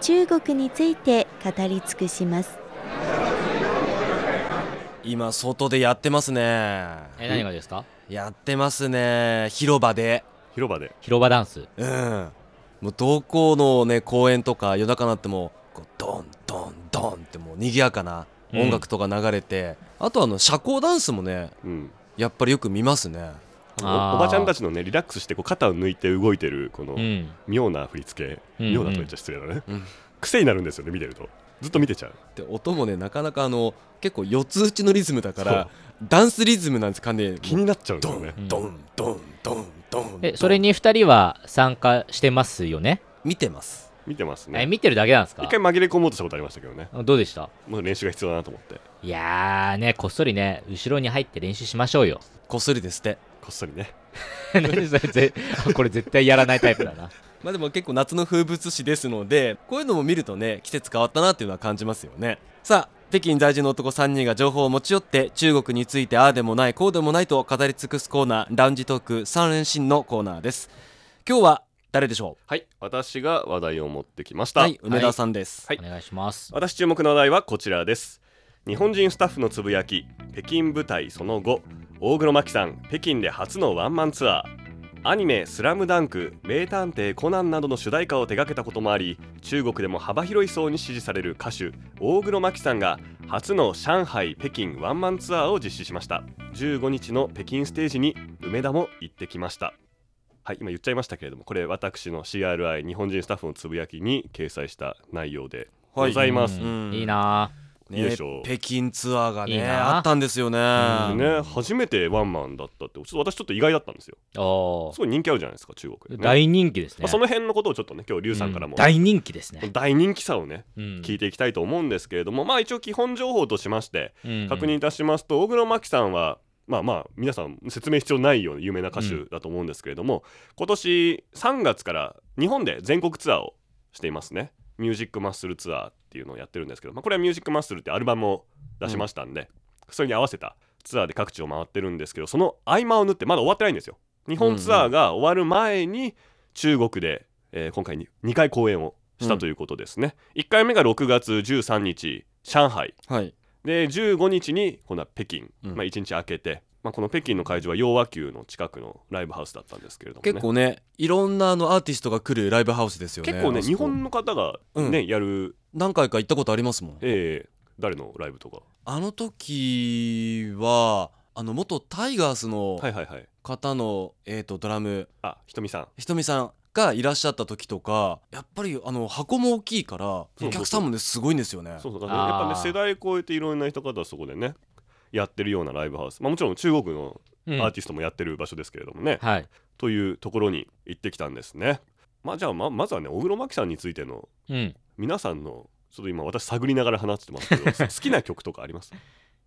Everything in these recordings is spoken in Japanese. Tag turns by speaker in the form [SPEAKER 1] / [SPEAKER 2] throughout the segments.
[SPEAKER 1] 中国について語り尽くします。
[SPEAKER 2] 今外でやってますね
[SPEAKER 3] え何がですか
[SPEAKER 2] やってますね広場で
[SPEAKER 4] 広場で
[SPEAKER 3] 広場ダンス
[SPEAKER 2] うんもうどこのね公園とか夜中になってもこうドンドンドンってもう賑やかな
[SPEAKER 3] うん
[SPEAKER 2] 音楽とか流れて、あとあの社交ダンスもね
[SPEAKER 5] うん、
[SPEAKER 2] やっぱりよく見ますね
[SPEAKER 5] お
[SPEAKER 3] あー
[SPEAKER 5] おばちゃんたちのねリラックスしてこう肩を抜いて動いてるこの
[SPEAKER 3] うん
[SPEAKER 5] 妙な振り付け、
[SPEAKER 3] うん
[SPEAKER 5] 妙なと言っちゃ失礼だね、
[SPEAKER 2] うん
[SPEAKER 5] 癖になるんですよね見てるとずっと見てちゃう
[SPEAKER 2] で音もねなかなかあの結構四つ打ちのリズムだから
[SPEAKER 5] そ
[SPEAKER 2] ダンスリズムなんですかね
[SPEAKER 5] 気になっちゃうんだよね
[SPEAKER 2] ドンドンドンドン
[SPEAKER 3] えそれに2人は参加してますよね
[SPEAKER 2] 見てます
[SPEAKER 5] 見てます
[SPEAKER 3] え
[SPEAKER 5] ね
[SPEAKER 3] 見てるだけなんですか
[SPEAKER 5] 一回紛れ込もうとしたことありましたけどね
[SPEAKER 3] どうでした
[SPEAKER 5] もう練習が必要だなと思ってこ
[SPEAKER 3] いやーねこっそりね後ろに入って練習しましょうよ
[SPEAKER 2] こっそりですって
[SPEAKER 5] っそりね
[SPEAKER 3] 何それぜ これ絶対やらないタイプだな
[SPEAKER 2] まあでも結構夏の風物詩ですのでこういうのも見るとね季節変わったなっていうのは感じますよねさあ北京在住の男3人が情報を持ち寄って中国についてああでもないこうでもないと語り尽くすコーナーラウンジトーク三連新のコーナーです今日は誰でしょ
[SPEAKER 5] はい私が話題を持ってきまし
[SPEAKER 2] う
[SPEAKER 5] た、
[SPEAKER 2] はい梅田さんです、
[SPEAKER 5] はい
[SPEAKER 3] お願いします
[SPEAKER 5] 私注目の話題はこちらです日本人スタッフのつぶやき北京舞台その後大黒摩季さん北京で初のワンマンツアーアニメ「スラムダンク名探偵コナンなどの主題歌を手掛けたこともあり中国でも幅広い層に支持される歌手大黒摩季さんが初の上海北京ワンマンツアーを実施しました15日の北京ステージに梅田も行ってきましたはい今言っちゃいましたけれどもこれ私の CRI 日本人スタッフのつぶやきに掲載した内容でございます、
[SPEAKER 3] うん
[SPEAKER 2] うん
[SPEAKER 3] いいな
[SPEAKER 2] ね
[SPEAKER 5] よいしょ
[SPEAKER 2] 北京ツアーがね
[SPEAKER 3] いいな
[SPEAKER 2] あったんですよね、
[SPEAKER 3] ん
[SPEAKER 5] ね、初めてワンマンだったってちょっと私ちょっと意外だったんですよ
[SPEAKER 3] ーお
[SPEAKER 5] すごい人気あるじゃないですか中国で、ね
[SPEAKER 3] 大人気です
[SPEAKER 5] ま
[SPEAKER 3] ね
[SPEAKER 5] あ、その辺のことをちょっとね今日リュウさんから
[SPEAKER 3] う
[SPEAKER 5] も、
[SPEAKER 3] ん大人気ですね
[SPEAKER 5] 大人気さをね聞い
[SPEAKER 3] 聞
[SPEAKER 5] ていきたいと思うんですけれども、まあ一応基本情報としまして
[SPEAKER 3] て
[SPEAKER 5] 確認いたしますと、大黒摩季さんはまあまあ皆さん説明必要ないような有名な歌手だと思うんですけれども、今年3月から日本で全国ツアーをしていますねミュージックマッスルツアーっていうのをやってるんですけど、まあ、これはミュージックマッスルってアルバムを出しましたんで、それに合わせたツアーで各地を回ってるんですけどその合間を縫ってまだ終わってないんですよ日本ツアーが終わる前に中国で、えー今回に2回公演をしたということですね、1回目が6月13日上海
[SPEAKER 2] はい
[SPEAKER 5] で15日にこの北京、
[SPEAKER 2] うん
[SPEAKER 5] まあ、1日明けて、まあ、この北京の会場は洋和宮の近くのライブハウスだったんですけれども、ね、
[SPEAKER 2] 結構ねいろんなあのアーティストが来るライブハウスですよね
[SPEAKER 5] 結構ね
[SPEAKER 2] あそこ
[SPEAKER 5] 日本の方が、ねやる、
[SPEAKER 2] 何回か行ったことありますもん
[SPEAKER 5] えー誰のライブとか
[SPEAKER 2] あの時はあの元タイガースの
[SPEAKER 5] はいはいはい
[SPEAKER 2] 方の、えー、とドラム
[SPEAKER 5] あひとみさん
[SPEAKER 2] ひとみさんがいらっしゃった時とかやっぱりあの箱も大きいからお
[SPEAKER 5] そうそうそう
[SPEAKER 2] 客さんもねすごいんですよね
[SPEAKER 5] そうそうだ
[SPEAKER 3] あー
[SPEAKER 5] からねやっぱね世代超えていろんな人方はそこでねやってるようなライブハウス、まあ、もちろん中国の
[SPEAKER 3] うん
[SPEAKER 5] アーティストもやってる場所ですけれどもね、
[SPEAKER 3] はい
[SPEAKER 5] というところに行ってきたんですねまあじゃあままずはね小黒摩季さんについての
[SPEAKER 3] うんい
[SPEAKER 5] 皆さんのちょっと今私探りながら話してます けど好きな曲とかあります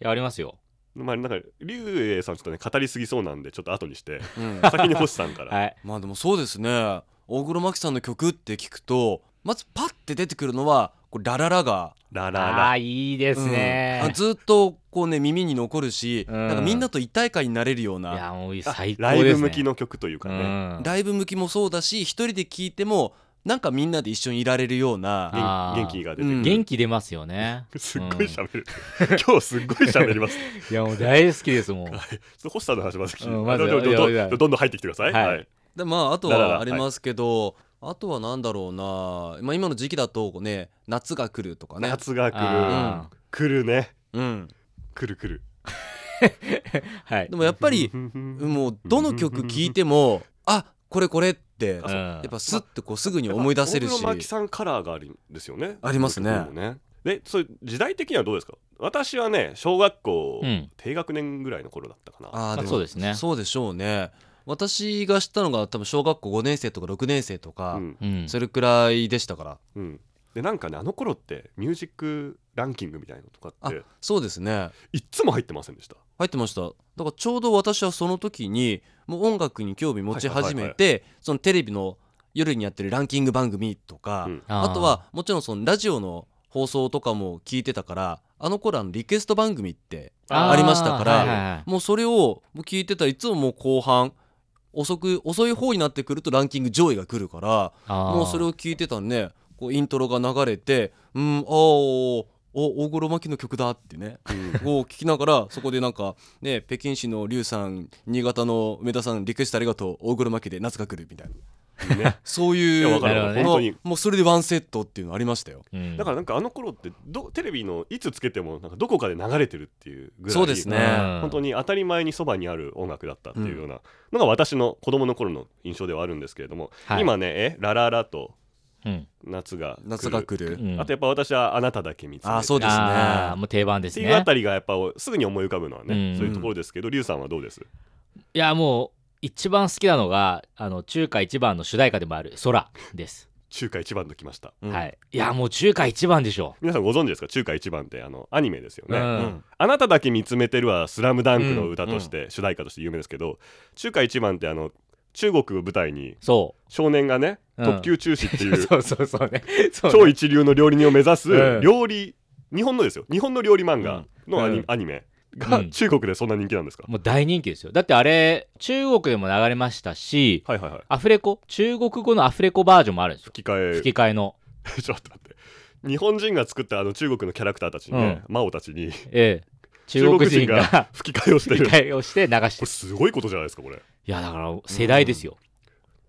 [SPEAKER 3] やありますよ
[SPEAKER 5] まあ、なんか、竜瑛さんちょっとね、語りすぎそうなんで、ちょっと後にして、
[SPEAKER 2] う ん
[SPEAKER 5] 先に星さんか ら。
[SPEAKER 3] はい
[SPEAKER 2] まあでもそうですね大黒摩季さんの曲って聞くとまずパッて出てくるのはこうラララが
[SPEAKER 5] ララ
[SPEAKER 3] あ
[SPEAKER 5] ラ。
[SPEAKER 3] ーいいです
[SPEAKER 2] うん
[SPEAKER 3] ね
[SPEAKER 2] あずっとこうね耳に残るし、
[SPEAKER 3] うん
[SPEAKER 2] なんかみんなと一体感になれるよう
[SPEAKER 3] い
[SPEAKER 2] な
[SPEAKER 3] やもう
[SPEAKER 5] あ
[SPEAKER 3] 最高ですね
[SPEAKER 5] ライブ向きの曲というか
[SPEAKER 3] う
[SPEAKER 5] ね。
[SPEAKER 3] ん
[SPEAKER 2] ライブ向きもそうだし一人で聴いてもなんかみんなで一緒にいられるような
[SPEAKER 5] 元
[SPEAKER 3] あー
[SPEAKER 5] 元気が出て
[SPEAKER 2] うん
[SPEAKER 5] く
[SPEAKER 3] 元気出ますよね
[SPEAKER 5] る。すっごい喋る。 今日すっごい喋ります。ち
[SPEAKER 3] い
[SPEAKER 5] ょ
[SPEAKER 3] やもう大好きですもん
[SPEAKER 5] っと星さんの話まず聞き、
[SPEAKER 3] うんまず
[SPEAKER 5] あどんどんどん
[SPEAKER 3] いやいや
[SPEAKER 5] どんどんどん入ってきてください。
[SPEAKER 3] はい
[SPEAKER 5] はい。
[SPEAKER 2] でまああと
[SPEAKER 5] ラララ
[SPEAKER 2] はありますけど、あとはなんだろうな、まあ、今の時期だとね夏が来るとかね
[SPEAKER 5] 夏が来る。
[SPEAKER 3] あ
[SPEAKER 5] 来るね。
[SPEAKER 2] うん、
[SPEAKER 5] 来る来る。
[SPEAKER 3] ーはい
[SPEAKER 2] でもやっぱり
[SPEAKER 5] うんうんうん
[SPEAKER 2] もうどの曲聴いてもあこれこれって
[SPEAKER 3] う
[SPEAKER 5] あ
[SPEAKER 3] ん
[SPEAKER 5] そう
[SPEAKER 2] やっぱスッてこうすぐに思い出せる
[SPEAKER 5] 大
[SPEAKER 2] し
[SPEAKER 5] 黒摩季さんカラーがあるんですよね。
[SPEAKER 2] ありますね
[SPEAKER 5] この曲にもで、そういう時代的にはどうですか私はね、小学校
[SPEAKER 3] う、ん
[SPEAKER 5] 低学年ぐらいの頃だったか
[SPEAKER 2] あ
[SPEAKER 5] な。
[SPEAKER 2] ー
[SPEAKER 3] まあ
[SPEAKER 2] も
[SPEAKER 3] そうですね
[SPEAKER 2] そうでしょうね私が知ったのが多分小学校5年生とか6年生とか、
[SPEAKER 5] うん
[SPEAKER 3] うん
[SPEAKER 2] それくらいでしたから
[SPEAKER 5] うん、でなんかねあの頃ってミュージックランキングみたいなのとか
[SPEAKER 2] あ
[SPEAKER 5] って
[SPEAKER 2] そうですね
[SPEAKER 5] いっつも入ってませんでした
[SPEAKER 2] 入ってましただからちょうど私はその時にもう音楽に興味持ち始めて、そのテレビの夜にやってるランキング番組とか、
[SPEAKER 5] うん
[SPEAKER 2] あとはもちろんそのラジオの放送とかも聞いてたからあの頃あのリクエスト番組って
[SPEAKER 3] あー
[SPEAKER 2] ありましたから
[SPEAKER 3] はいはいはい
[SPEAKER 2] もうそれをもう聞いてたらいつももう後半遅く遅い方になってくるとランキング上位が来るから
[SPEAKER 3] あー
[SPEAKER 2] もうそれを聞いてたんでこうイントロが流れてうんあーおお大黒摩季の曲だってね を聞きながらそこでなんかね北京市の劉さん新潟の梅田さんリクエストありがとう大黒摩季で夏が来るみたいな
[SPEAKER 5] ね
[SPEAKER 2] そういう
[SPEAKER 5] いやわ
[SPEAKER 3] かるわかる
[SPEAKER 2] の
[SPEAKER 5] 本当に
[SPEAKER 2] もうそれでワンセットっていうのありましたよ
[SPEAKER 3] うん
[SPEAKER 5] だからなんかあの頃ってどテレビのいつつけてもなんかどこかで流れてるっていうぐらい
[SPEAKER 2] そうですね
[SPEAKER 3] うん
[SPEAKER 5] 本当に当たり前にそばにある音楽だったっていうようなのが私の子供の頃の印象ではあるんですけれども、
[SPEAKER 3] はい
[SPEAKER 5] 今ねえ「ラララ」と
[SPEAKER 3] うん
[SPEAKER 5] 「夏が来る
[SPEAKER 2] 夏が来る、
[SPEAKER 3] うん
[SPEAKER 5] あとやっぱ私は「あなただけ見つめて」
[SPEAKER 2] あーそうですね
[SPEAKER 3] あーもう定番で
[SPEAKER 5] っ
[SPEAKER 3] す
[SPEAKER 5] て
[SPEAKER 3] ね
[SPEAKER 5] いうあたりがやっぱすぐに思い浮かぶのはね、
[SPEAKER 3] うん
[SPEAKER 5] そういうところですけどリュウさんはどうです
[SPEAKER 3] いやもう一番好きなのがあの中華一番の主題歌でもある「空」です、
[SPEAKER 5] 中華一番ときました
[SPEAKER 2] うん
[SPEAKER 3] はいいやもう中華一番でしょ、
[SPEAKER 5] 皆さんご存知ですか中華一番ってあのアニメですよね、
[SPEAKER 3] うん
[SPEAKER 2] うん
[SPEAKER 5] あなただけ見つめてるは「スラムダンクの歌として、主題歌として有名ですけど中華一番ってあの中国を舞台に
[SPEAKER 3] そ
[SPEAKER 5] 少年がね、
[SPEAKER 3] うん
[SPEAKER 5] 特級中止っていうう
[SPEAKER 3] そうそうそうねそうね
[SPEAKER 5] 超一流の料理人を目指す
[SPEAKER 3] うん
[SPEAKER 5] 料理、日本のですよ日本の料理漫画のアニ,、
[SPEAKER 3] うん
[SPEAKER 5] アニメが
[SPEAKER 3] うん
[SPEAKER 5] 中国でそんな人気なんですか、
[SPEAKER 3] もう大人気ですよだってあれ中国でも流れましたし
[SPEAKER 5] はいはいはい
[SPEAKER 3] アフレコ中国語のアフレコバージョンもあるんですよ
[SPEAKER 5] 吹き替え
[SPEAKER 3] 吹き替えの
[SPEAKER 5] ちょっと待って日本人が作ったあの中国のキャラクターたちにね、マオたちに
[SPEAKER 3] ええ中国人が
[SPEAKER 5] 吹き替えをして
[SPEAKER 3] 吹き
[SPEAKER 5] るこ
[SPEAKER 3] 替えをして流して
[SPEAKER 5] れ
[SPEAKER 3] る
[SPEAKER 5] すごいことじゃないですかこれ
[SPEAKER 3] いやだから世代ですよ、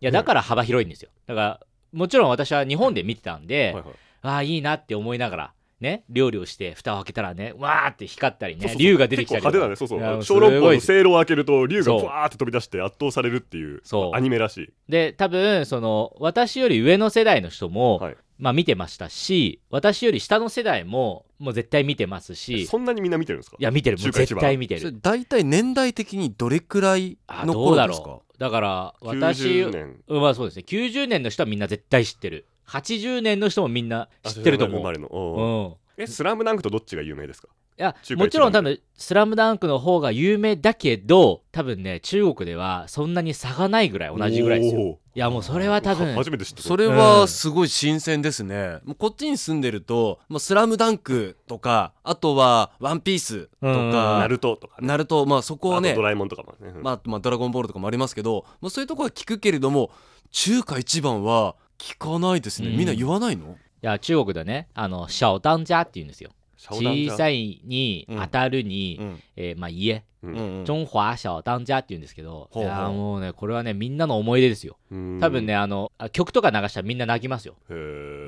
[SPEAKER 3] いやだから幅広いんですよだからもちろん私は日本で見てたんで、
[SPEAKER 5] はいはい
[SPEAKER 3] ああいいなって思いながらね料理をして蓋を開けたらねわーって光ったり
[SPEAKER 5] そう
[SPEAKER 3] ね
[SPEAKER 5] そう
[SPEAKER 3] 竜が出てきたり
[SPEAKER 5] 結構派手だねそう
[SPEAKER 3] いや
[SPEAKER 5] そう
[SPEAKER 3] もう
[SPEAKER 5] 小籠
[SPEAKER 3] すご
[SPEAKER 5] 包
[SPEAKER 3] い
[SPEAKER 5] の
[SPEAKER 3] です
[SPEAKER 5] せいろを開けると竜が
[SPEAKER 3] そう
[SPEAKER 5] ブワーって飛び出して圧倒されるっていう
[SPEAKER 3] そう
[SPEAKER 5] アニメらしい
[SPEAKER 3] で多分その私より上の世代の人も、
[SPEAKER 5] はい
[SPEAKER 3] まあ見てましたし私より下の世代ももう絶対見てますしい
[SPEAKER 5] そんなにみんな見てるんですか
[SPEAKER 3] や見てるもう
[SPEAKER 5] 中華一
[SPEAKER 3] 絶
[SPEAKER 5] 番
[SPEAKER 3] 対見て
[SPEAKER 2] それ
[SPEAKER 3] る
[SPEAKER 2] 大体年代的にどれくらい
[SPEAKER 3] あ
[SPEAKER 2] の
[SPEAKER 3] どう
[SPEAKER 2] 頃
[SPEAKER 3] だ
[SPEAKER 2] ですか
[SPEAKER 3] ろうだから私
[SPEAKER 5] 90年
[SPEAKER 3] うんまあそうですね90年の人はみんな絶対知ってる80年の人もみんな知ってると思
[SPEAKER 5] あ
[SPEAKER 3] う
[SPEAKER 5] 生まれの
[SPEAKER 3] う
[SPEAKER 5] おー
[SPEAKER 3] ん
[SPEAKER 5] えスラムダンクとどっちが有名ですか
[SPEAKER 3] いや
[SPEAKER 5] 中華一番
[SPEAKER 3] もちろん多分「スラムダンクの方が有名だけど多分ね中国ではそんなに差がないぐらい同じぐらいですよ
[SPEAKER 5] よ
[SPEAKER 3] いやもうそれは多分
[SPEAKER 5] 初めて知った
[SPEAKER 2] それはすごい新鮮ですね、もうこっちに住んでると「もうスラムダンクとかあとは「ワンピースと
[SPEAKER 3] うん
[SPEAKER 2] か
[SPEAKER 5] ナルトとかね
[SPEAKER 2] ナルトまあそこは
[SPEAKER 5] あ
[SPEAKER 2] ね
[SPEAKER 5] とドラえもんとかもねうん
[SPEAKER 2] まあ、まあドラゴンボールとかもありますけど、まあ、そういうとこは聞くけれども中華一番は聞かないですね、
[SPEAKER 3] うん
[SPEAKER 2] みんな言わないの
[SPEAKER 3] いや中国でねあの小当家って言うんですよ
[SPEAKER 5] シャオダンジャ
[SPEAKER 3] 小さいに
[SPEAKER 2] うん
[SPEAKER 3] 当たるに、
[SPEAKER 2] ん
[SPEAKER 3] えーまあ家
[SPEAKER 5] う
[SPEAKER 2] うんんうん
[SPEAKER 3] 中華小当家って言うんですけど、
[SPEAKER 2] ほう
[SPEAKER 3] い
[SPEAKER 2] ほう
[SPEAKER 3] やもうねこれはねみんなの思い出ですよ
[SPEAKER 5] うん
[SPEAKER 3] 多分ね、あのあ曲とか流したらみんな泣きますよ
[SPEAKER 5] へ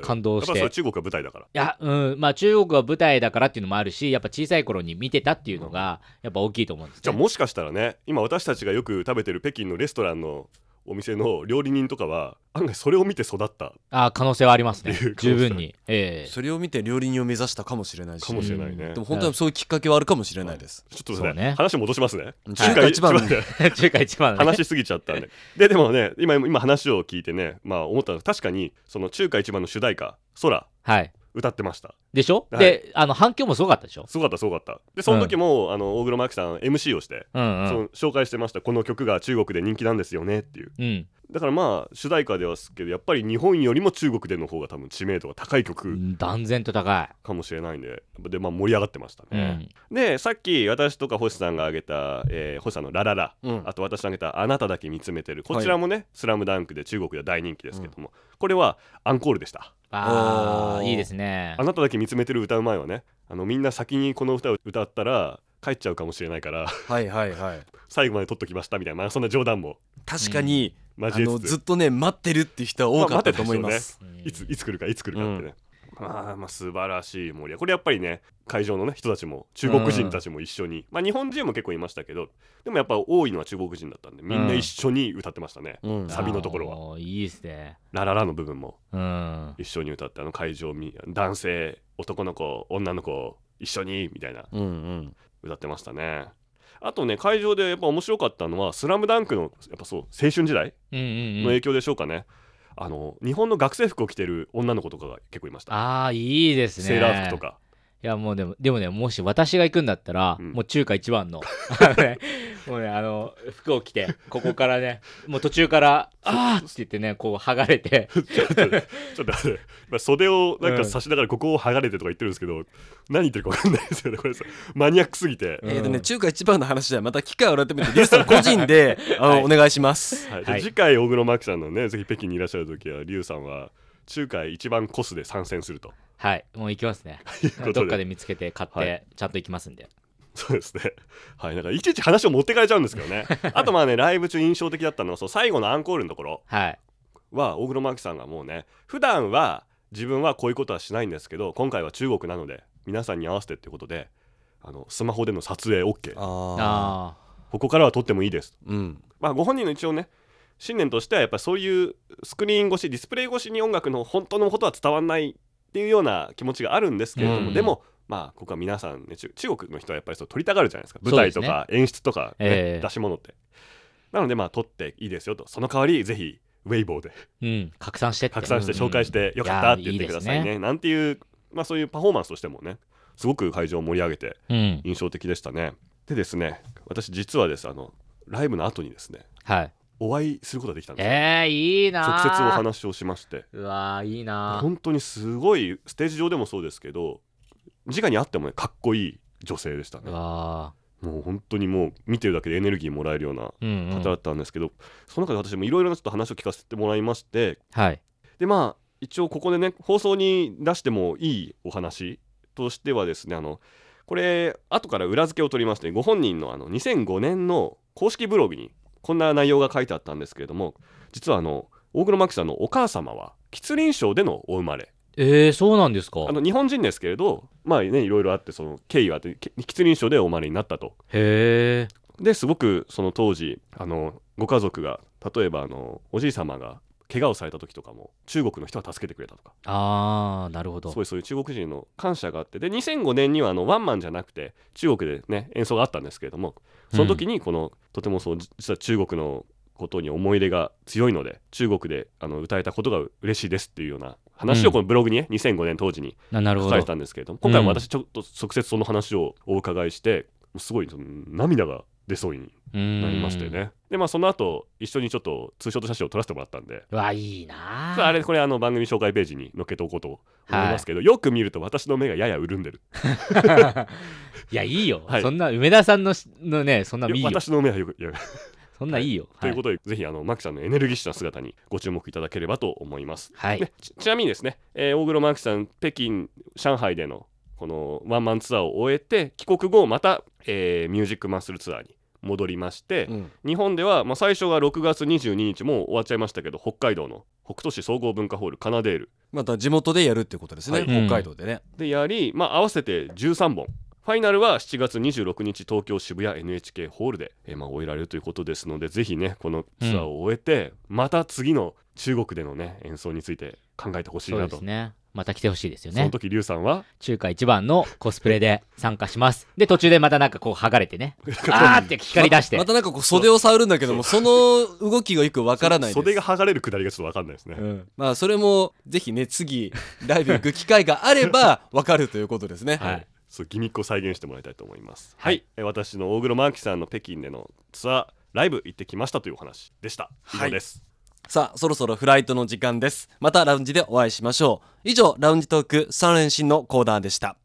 [SPEAKER 5] ー
[SPEAKER 3] 感動して
[SPEAKER 5] やっぱそれ中国が舞台だから
[SPEAKER 3] いやうんまあ中国は舞台だからっていうのもあるしやっぱ小さい頃に見てたっていうのがやっぱ大きいと思うんです、ね、
[SPEAKER 5] じゃあもしかしたらね今私たちがよく食べてる北京のレストランのお店の料理人とかは案外それを見て育った
[SPEAKER 3] あ可能性はありますね
[SPEAKER 5] っていう可能性
[SPEAKER 3] 十分にええ
[SPEAKER 2] それを見て料理人を目指したかもしれないし
[SPEAKER 5] かもしれない
[SPEAKER 2] で
[SPEAKER 5] ね
[SPEAKER 2] も本当にそういうきっかけはあるかもしれないです、
[SPEAKER 5] ちょっとね
[SPEAKER 3] そうね
[SPEAKER 5] 話戻しますね
[SPEAKER 2] うん中華一番
[SPEAKER 5] 中華一
[SPEAKER 3] 中華一番ね
[SPEAKER 5] 話しすぎちゃったんでででもね今今話を聞いてねまあ思ったのは確かにその中華一番の主題歌「空
[SPEAKER 3] はい」
[SPEAKER 5] 歌ってました
[SPEAKER 3] でしょ、
[SPEAKER 5] はい
[SPEAKER 3] であの反響もすごかったでしょ
[SPEAKER 5] すごかったすごかったでその時も、あの大黒摩季さん MC をして、
[SPEAKER 3] うんう
[SPEAKER 5] そ
[SPEAKER 3] ん
[SPEAKER 5] の紹介してましたこの曲が中国で人気なんですよねっていう
[SPEAKER 3] うん
[SPEAKER 5] だからまあ主題歌ではすけどやっぱり日本よりも中国での方が多分知名度が高い曲
[SPEAKER 3] 断然と高い
[SPEAKER 5] かもしれないんでで、まあ、盛り上がってました
[SPEAKER 3] う
[SPEAKER 5] ね、
[SPEAKER 3] ん、
[SPEAKER 5] でさっき私とか星さんが挙げた、えー星さんの「ラララ」
[SPEAKER 2] うん
[SPEAKER 5] あと私が挙げた「あなただけ見つめてる」こちらもね「スラムダンクで中国では大人気ですけども、これはアンコールでした
[SPEAKER 3] あ
[SPEAKER 2] お
[SPEAKER 3] あ
[SPEAKER 2] ー
[SPEAKER 3] いいですね
[SPEAKER 5] あなただけ見つめてる歌う前はねあのみんな先にこの歌を歌ったら帰っちゃうかもしれないから
[SPEAKER 2] はいはいはい
[SPEAKER 5] 最後まで撮っときましたみたいな、まあ、そんな冗談も
[SPEAKER 2] 確かに、あ
[SPEAKER 5] 交え
[SPEAKER 2] の
[SPEAKER 5] つつ
[SPEAKER 2] ずっとね待ってるっていう人は多かったと思います、
[SPEAKER 3] うん
[SPEAKER 5] いついつ来るかいつ来るかってね、まあまあ素晴らしい盛り上がりこれやっぱりね会場のね人たちも中国人たちも一緒に、まあ日本人も結構いましたけどでもやっぱ多いのは中国人だったんでみんな一緒に歌ってましたね、
[SPEAKER 2] うん
[SPEAKER 5] サビのところは
[SPEAKER 3] はいいですね
[SPEAKER 5] ラララの部分も
[SPEAKER 3] うん
[SPEAKER 5] 一緒に歌ってあの会場み男性男の子女の子一緒にみたいな
[SPEAKER 2] うんうん
[SPEAKER 5] 歌ってましたねあとね会場でやっぱ面白かったのは「スラムダンクのやっぱそう青春時代
[SPEAKER 3] うんうんう
[SPEAKER 5] の
[SPEAKER 3] ん
[SPEAKER 5] 影響でしょうかね、あの日本の学生服を着てる女の子とかが結構いました、
[SPEAKER 3] ああいいですね
[SPEAKER 5] セーラー服とか
[SPEAKER 3] いやもうでもでもねもし私が行くんだったら、
[SPEAKER 5] うん
[SPEAKER 3] もう中華一番 のあのねもうねあの服を着てここから ねもう途中から「あーって言ってねこう剥がれ て
[SPEAKER 5] ちょっと待って今袖をなんか差しながらここを剥がれてとか言ってるんですけど、何言ってるか分かんないですよねこれさマニアックすぎて、
[SPEAKER 3] うん
[SPEAKER 2] えーとね、中華一番の話ではまた機会を改めてリュウさん個人で、あの
[SPEAKER 3] はい
[SPEAKER 2] お願いします。
[SPEAKER 5] はい
[SPEAKER 3] はい
[SPEAKER 5] で次回大黒摩季さんのねぜひ北京にいらっしゃる時はリュウさんは中華一番コスで参戦すると
[SPEAKER 3] はいもう行きますね
[SPEAKER 5] いうことで
[SPEAKER 3] どっかで見つけて買って、
[SPEAKER 5] はい
[SPEAKER 3] ちゃんと行きますんで
[SPEAKER 5] そうですねはいなんかいちいち話を持ってかれちゃうんですけ どねあとまあねライブ中印象的だったのはそう最後のアンコールのところ
[SPEAKER 3] はい
[SPEAKER 5] は大黒摩季さんがもうね普段は自分はこういうことはしないんですけど今回は中国なので皆さんに合わせてっていうことであのスマホでの撮影 OK
[SPEAKER 2] ああ、
[SPEAKER 3] ああ
[SPEAKER 5] ここからは撮ってもいいです
[SPEAKER 2] うん、
[SPEAKER 5] まあ、ご本人の一応ね信念としてはやっぱそういうスクリーン越しディスプレイ越しに音楽の本当のことは伝わらないっていうような気持ちがあるんですけれども、
[SPEAKER 3] うん
[SPEAKER 5] でもまあここは皆さんね中中国の人はやっぱりそう撮りたがるじゃないですか
[SPEAKER 3] そう
[SPEAKER 5] 舞
[SPEAKER 3] で
[SPEAKER 5] 台
[SPEAKER 3] す
[SPEAKER 5] と
[SPEAKER 3] ね
[SPEAKER 5] か演出とかね、
[SPEAKER 3] ええ
[SPEAKER 5] 出し物ってなのでまあ撮っていいですよとその代わりぜひウェイボーで
[SPEAKER 3] うん拡散してって
[SPEAKER 5] 拡散して紹介してよかったって言ってくださ
[SPEAKER 3] い
[SPEAKER 5] い
[SPEAKER 3] や
[SPEAKER 5] ね,、なんていうまあそういうパフォーマンスとしてもねすごく会場を盛り上げて
[SPEAKER 3] うんうん
[SPEAKER 5] 印象的でしたねでですね私実はですあのライブの後にですね
[SPEAKER 3] はい
[SPEAKER 5] お会いすることができたんですよ
[SPEAKER 3] えー、いいな
[SPEAKER 5] 直
[SPEAKER 3] ー
[SPEAKER 5] 接お話をしまして
[SPEAKER 3] うわーいいなー
[SPEAKER 5] 本当にすごいステージ上でもそうですけど直に会ってもねかっこいい女性でした
[SPEAKER 3] う
[SPEAKER 5] ね
[SPEAKER 3] わ
[SPEAKER 5] もう本当にもう見てるだけでエネルギーもらえるような
[SPEAKER 3] ーうん、う
[SPEAKER 5] 方だ
[SPEAKER 3] ん、
[SPEAKER 5] ったんですけど、その中で私もいろいろなちょっと話を聞かせてもらいまして
[SPEAKER 3] はい
[SPEAKER 5] でまあ一応ここでね放送に出してもいいお話としてはですねあのこれ後から裏付けを取りましてご本人のあの2005年の公式ブログにこんな内容が書いてあったんですけれども実はあの大黒摩季さんのお母様は吉林省でのお生まれ
[SPEAKER 3] えー、そうなんですか
[SPEAKER 5] あの日本人ですけれどまあねいろいろあってその経緯はあってき吉林省でお生まれになったと
[SPEAKER 3] へえ
[SPEAKER 5] ですごくその当時あのご家族が例えばあのおじい様が怪我をされた時とかも中国の人が助けてくれたとか
[SPEAKER 3] ああなるほど
[SPEAKER 5] すごいそういう中国人の感謝があってで2005年にはあのワンマンじゃなくて中国でね演奏があったんですけれどもその時にこの、とてもそうじ実は中国のことに思い入れが強いので中国であの歌えたことが嬉しいですっていうような話
[SPEAKER 3] う
[SPEAKER 5] を
[SPEAKER 3] ん
[SPEAKER 5] このブログにね2005年当時に
[SPEAKER 3] ななる
[SPEAKER 5] 書
[SPEAKER 3] ほ
[SPEAKER 5] か
[SPEAKER 3] ど
[SPEAKER 5] れてたんですけれども今回も私ちょっと直接その話をお伺いしてもうすごいその涙が出そうにな
[SPEAKER 3] な
[SPEAKER 5] りましてねでまあその後一緒にちょっとツーショット写真を撮らせてもらったんで
[SPEAKER 3] うわいいな
[SPEAKER 5] あれこれあの番組紹介ページに載っけておこうと思いますけど、よく見ると私の目がやや潤んでる
[SPEAKER 3] いやいいよ、
[SPEAKER 5] はい
[SPEAKER 3] そんな梅田さんのしのねそんないいよ
[SPEAKER 5] 私の目はよくいや
[SPEAKER 3] そんないいよ、
[SPEAKER 5] ということとで、ぜひあのマキさんのエネルギッシュな姿にご注目いただければと思います、
[SPEAKER 3] はい、
[SPEAKER 5] ねちちなみにですね、えー大黒マキさん北京上海でのこのワンマンツアーを終えて帰国後また、えーミュージックマッスルツアーに戻りまして、
[SPEAKER 2] うん
[SPEAKER 5] 日本では、まあ、最初が6月22日もう終わっちゃいましたけど北海道の北斗市総合文化ホールカナデール
[SPEAKER 2] また地元でやるってことですね、
[SPEAKER 5] はい
[SPEAKER 2] 北海道でね。
[SPEAKER 5] でやり、まあ、合わせて13本ファイナルは7月26日東京渋谷 NHK ホールで、えーまあ、終えられるということですのでぜひねこのツアーを終えて、また次の中国でのね演奏について考えてほしい
[SPEAKER 3] そう
[SPEAKER 5] な
[SPEAKER 3] で
[SPEAKER 5] と
[SPEAKER 3] すねまた来てほしいですよ
[SPEAKER 5] その
[SPEAKER 3] ね
[SPEAKER 5] 時リュウさんは
[SPEAKER 3] 中華一番のコスプレで参加しますで途中でまたなんかこう剥がれて ねあーって光り出して、
[SPEAKER 2] またなんかこう袖を触るんだけども、その動きがよくわからないです。
[SPEAKER 5] 袖が剥がれるくだりがちょっと分かんないですね、
[SPEAKER 2] うん、まあそれもぜひね次ライブ行く機会があれ ばわかるということですね。
[SPEAKER 3] はい
[SPEAKER 5] そうギミックを再現してもらいたいと思いますはい、えー私の大黒摩季さんの北京でのツアーライブ行ってきましたというお話でした以上です、
[SPEAKER 2] さあそろそろフライトの時間です。またラウンジでお会いしましょう。以上ラウンジトーク3連新のコーナーでした。